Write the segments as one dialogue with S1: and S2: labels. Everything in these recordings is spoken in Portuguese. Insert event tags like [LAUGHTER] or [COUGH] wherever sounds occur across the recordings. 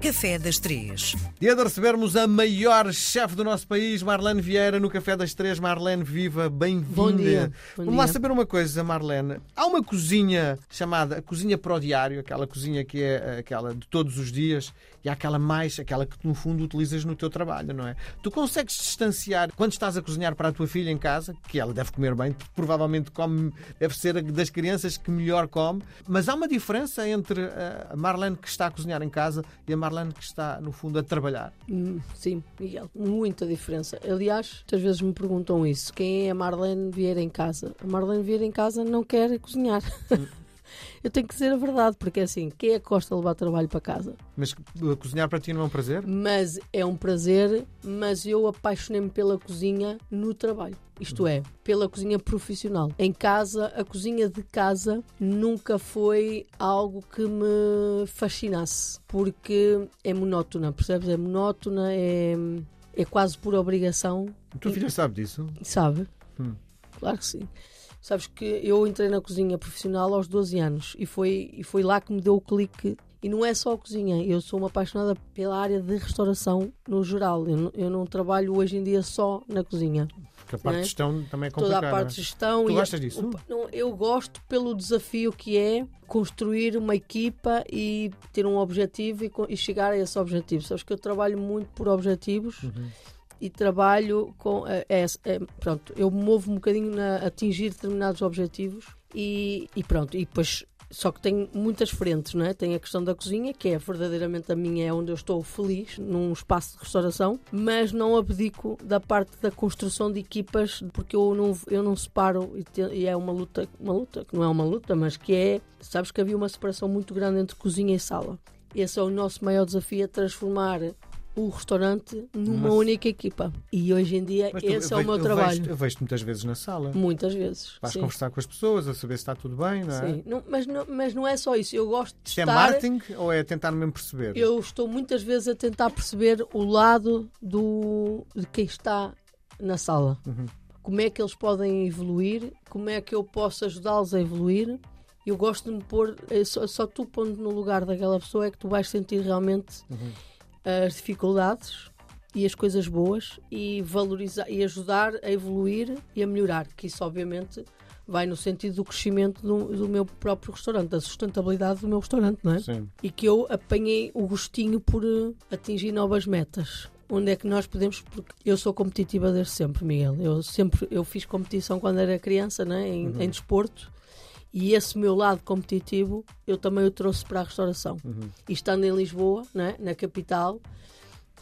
S1: Café das Três.
S2: Dia é de recebermos a maior chefe do nosso país, Marlene Vieira, no Café das Três. Marlene, viva, bem-vinda.
S3: Bom dia, bom
S2: Vamos lá
S3: dia.
S2: saber uma coisa, Marlene. Há uma cozinha chamada a cozinha para o diário, aquela cozinha que é eh, aquela de todos os dias, e há aquela mais, aquela que no fundo utilizas no teu trabalho, não é? Tu consegues distanciar quando estás a cozinhar para a tua filha em casa, que ela deve comer bem, provavelmente come, deve ser a das crianças que melhor come, mas há uma diferença entre eh, a Marlene que está a cozinhar em casa e a Marlene que está, no fundo, a trabalhar.
S3: Hum, Sim, Miguel, muita diferença. Aliás, muitas vezes me perguntam isso: quem é a Marlene Vieira em casa? A Marlene Vieira em casa não quer cozinhar. [LAUGHS] Eu tenho que dizer a verdade, porque é assim: quem é que gosta de levar trabalho para casa?
S2: Mas eh, cozinhar para ti não é um prazer?
S3: Mas é um prazer, mas eu apaixonei-me pela cozinha no trabalho. Isto é, pela cozinha profissional. Em casa, a cozinha de casa nunca foi algo que me fascinasse, porque é monótona, percebes? É monótona, é, é quase por obrigação,
S2: A tua filha sabe disso?
S3: sabe?
S2: Hum.
S3: Claro que sim. Sabes que eu entrei na cozinha profissional aos 12 anos e foi, e foi lá que me deu o clique. E não é só a cozinha, eu sou uma apaixonada pela área de restauração no geral. Eu, não- eu não trabalho hoje em dia só na cozinha.
S2: Porque a parte
S3: Não é?
S2: de gestão também é
S3: Toda
S2: complicada.
S3: a parte de
S2: não é?
S3: gestão.
S2: Tu
S3: e
S2: gostas disso?
S3: Opa, não, eu gosto pelo desafio que é construir uma equipa e ter um objetivo e, co- e chegar a esse objetivo. Sabes que eu trabalho muito por
S2: Hum.
S3: objetivos e trabalho com. eh, é- é- pronto, eu movo um bocadinho na atingir determinados objetivos e, e pronto, e depois. Só que tenho muitas frentes, não é? Tem a questão da cozinha, que é verdadeiramente a minha, é onde eu estou feliz, num espaço de restauração, mas não abdico da parte da construção de equipas, porque eu não, eu não separo, e, te- e é uma luta, uma luta, que não é uma luta, mas que é. Sabes que havia uma separação muito grande entre cozinha e sala. Esse é o nosso maior desafio, é transformar o restaurante numa
S2: Mas-
S3: única equipa. E hoje em dia
S2: Mas tu-
S3: esse é
S2: eu
S3: o meu
S2: vejo- eu
S3: trabalho.
S2: vejo- Eu vejo-te muitas vezes na sala.
S3: Muitas vezes.
S2: Vais
S3: sim.
S2: conversar com as pessoas, a saber se está tudo bem, não é?
S3: Sim. Não- mas, não, mas não é só isso. Eu gosto de
S2: Isto é
S3: estar.
S2: marketing ou é tentar mesmo perceber?
S3: Eu estou muitas vezes a tentar perceber o lado do, de quem está na sala. Como é que eles podem evoluir? Como é que eu posso ajudá-los a evoluir? Eu gosto de me pôr. eh, Só, só tu pondo no lugar daquela pessoa é que tu vais sentir realmente eh, as dificuldades e as coisas boas e valorizar e ajudar a evoluir e a melhorar, que isso obviamente vai no sentido do crescimento do, do meu próprio restaurante, da sustentabilidade do meu restaurante, não é?
S2: Sim.
S3: e que eu apanhei o gostinho por eh, atingir novas metas. Onde é que nós podemos? Porque eu sou competitiva desde sempre, Miguel. Eu sempre eu fiz competição quando era criança, né? em, em desporto. E esse meu lado competitivo eu também o trouxe para a restauração. E estando em Lisboa, né? na capital,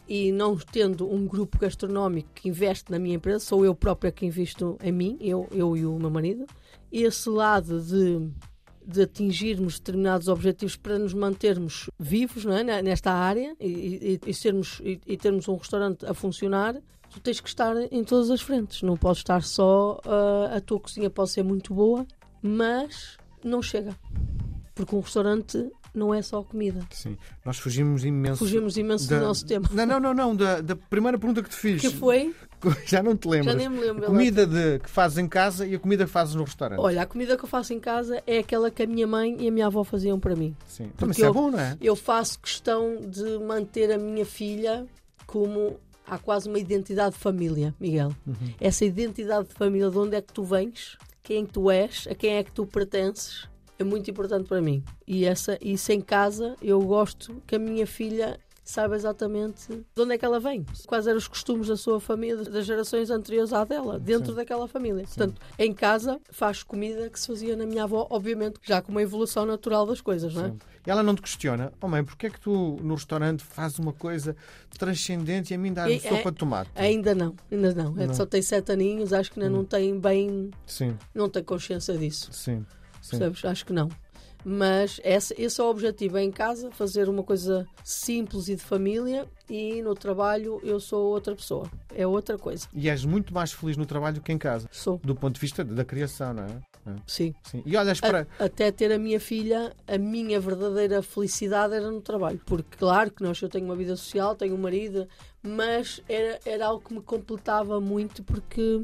S3: e não tendo um grupo gastronómico que investe na minha empresa, sou eu própria que invisto em mim, eu, eu e o meu marido, esse lado de, de atingirmos determinados objetivos para nos mantermos vivos não é, na- nesta área e, e- e sermos, e, e termos um restaurante a funcionar, tu tens que estar em todas as frentes. Não podes estar só, ah, a tua cozinha pode ser muito boa, mas não chega. Porque um restaurante não é só comida.
S2: Sim. Nós fugimos imenso.
S3: Fugimos imenso
S2: da-
S3: do nosso tema.
S2: Não, não, não, não, Da, da primeira pergunta que te fiz.
S3: Que
S2: [LAUGHS]
S3: foi?
S2: Já não te lembro.
S3: Já nem me lembro.
S2: A
S3: ela-
S2: comida de, que fazes em casa e a comida que fazes no restaurante.
S3: Olha, a comida que eu faço em casa é aquela que a minha mãe e a minha avó faziam para mim.
S2: Sim. Também
S3: porque
S2: isso é
S3: eu-
S2: bom, não é?
S3: Eu faço questão de manter a minha filha como há quase uma identidade de família, Miguel. Essa identidade de família, de onde é que tu vens, quem tu és, a quem é que tu pertences, é muito importante para mim. E essa, isso em casa, eu gosto que a minha filha saiba exatamente de onde é que ela vem, quais eram os costumes da sua família, das gerações anteriores à dela, dentro daquela família. Portanto, em casa, faz comida que se fazia na minha avó, obviamente, já com uma evolução natural das coisas, [LAUGHS] não é?
S2: Sim. E ela não te questiona, oh mãe, porque é que tu no restaurante fazes uma coisa transcendente e a mim dá
S3: E-
S2: sopa
S3: é-
S2: de tomate?
S3: Ainda não, ainda não. Ele
S2: Não.
S3: só tem sete aninhos, acho que ainda não tem bem,
S2: Sim,
S3: não tem consciência disso.
S2: sim, sim.
S3: Percebes? Acho que não. Mas esse, esse é o objetivo, é em casa fazer uma coisa simples e de família e no trabalho eu sou outra pessoa. É outra coisa.
S2: E és muito mais feliz no trabalho que em casa,
S3: Sou,
S2: do ponto de vista da criação, não é?
S3: É, sim.
S2: Sim. E olhas para.
S3: A- até ter a minha filha, a minha verdadeira felicidade era no trabalho. Porque, claro, que nós, eu tenho uma vida social, tenho um marido, mas era, era algo que me completava muito porque,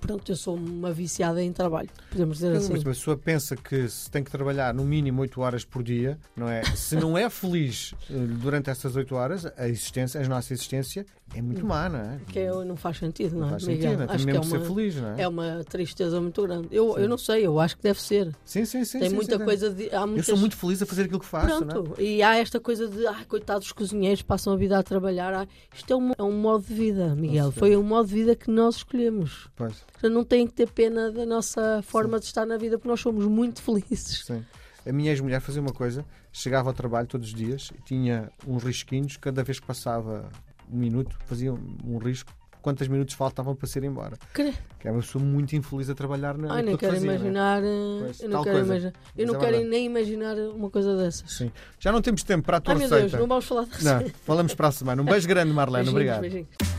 S3: pronto, eu sou uma viciada em trabalho, podemos dizer
S2: Mas
S3: assim.
S2: uma pessoa pensa que se tem que trabalhar no mínimo 8 horas por dia, não é? Se não é feliz eh, durante essas 8 horas, a existência, a nossa existência é muito má, não é?
S3: Que eu, não faz sentido, não,
S2: Não
S3: é,
S2: faz
S3: Miguel?
S2: sentido, não é? Tem
S3: Acho que
S2: mesmo
S3: é
S2: que ser
S3: uma,
S2: feliz, não é?
S3: é uma tristeza muito grande. Eu, eu não sei, eu acho que deve ser.
S2: Sim, sim, sim.
S3: Tem
S2: sim,
S3: muita
S2: sim,
S3: coisa de. Há
S2: Eu
S3: muitas...
S2: sou muito feliz a fazer aquilo que faço, não é?
S3: Pronto, e há esta coisa de ai, coitados os cozinheiros passam a vida a trabalhar. Ah, isto é um, é um modo de vida, Miguel.
S2: Nossa,
S3: Foi um modo de vida que nós escolhemos.
S2: Pois,
S3: Portanto, Não têm que ter pena da nossa forma de estar na vida, porque nós somos muito felizes.
S2: sim. A minha ex-mulher fazia uma coisa, chegava ao trabalho todos os dias e tinha uns risquinhos, cada vez que passava um minuto, fazia um um risco, quantos minutos faltavam para ser embora.
S3: Cre-
S2: Que é uma pessoa muito infeliz a trabalhar na
S3: Ai,
S2: naquilo
S3: não
S2: que
S3: quero
S2: fazia, não é?
S3: imaginar. eh,
S2: Pois,
S3: eu não
S2: tal
S3: quero
S2: coisa.
S3: imaginar. Eu
S2: Mas
S3: não
S2: é
S3: quero
S2: verdade.
S3: nem imaginar uma coisa dessas.
S2: Sim. Já não temos tempo para a tua
S3: Ai meu
S2: receita.
S3: Deus, não vamos falar de
S2: Não, falamos para a semana. Um beijo grande, Marlene.
S3: Beijinhos,
S2: Obrigado.
S3: beijinhos.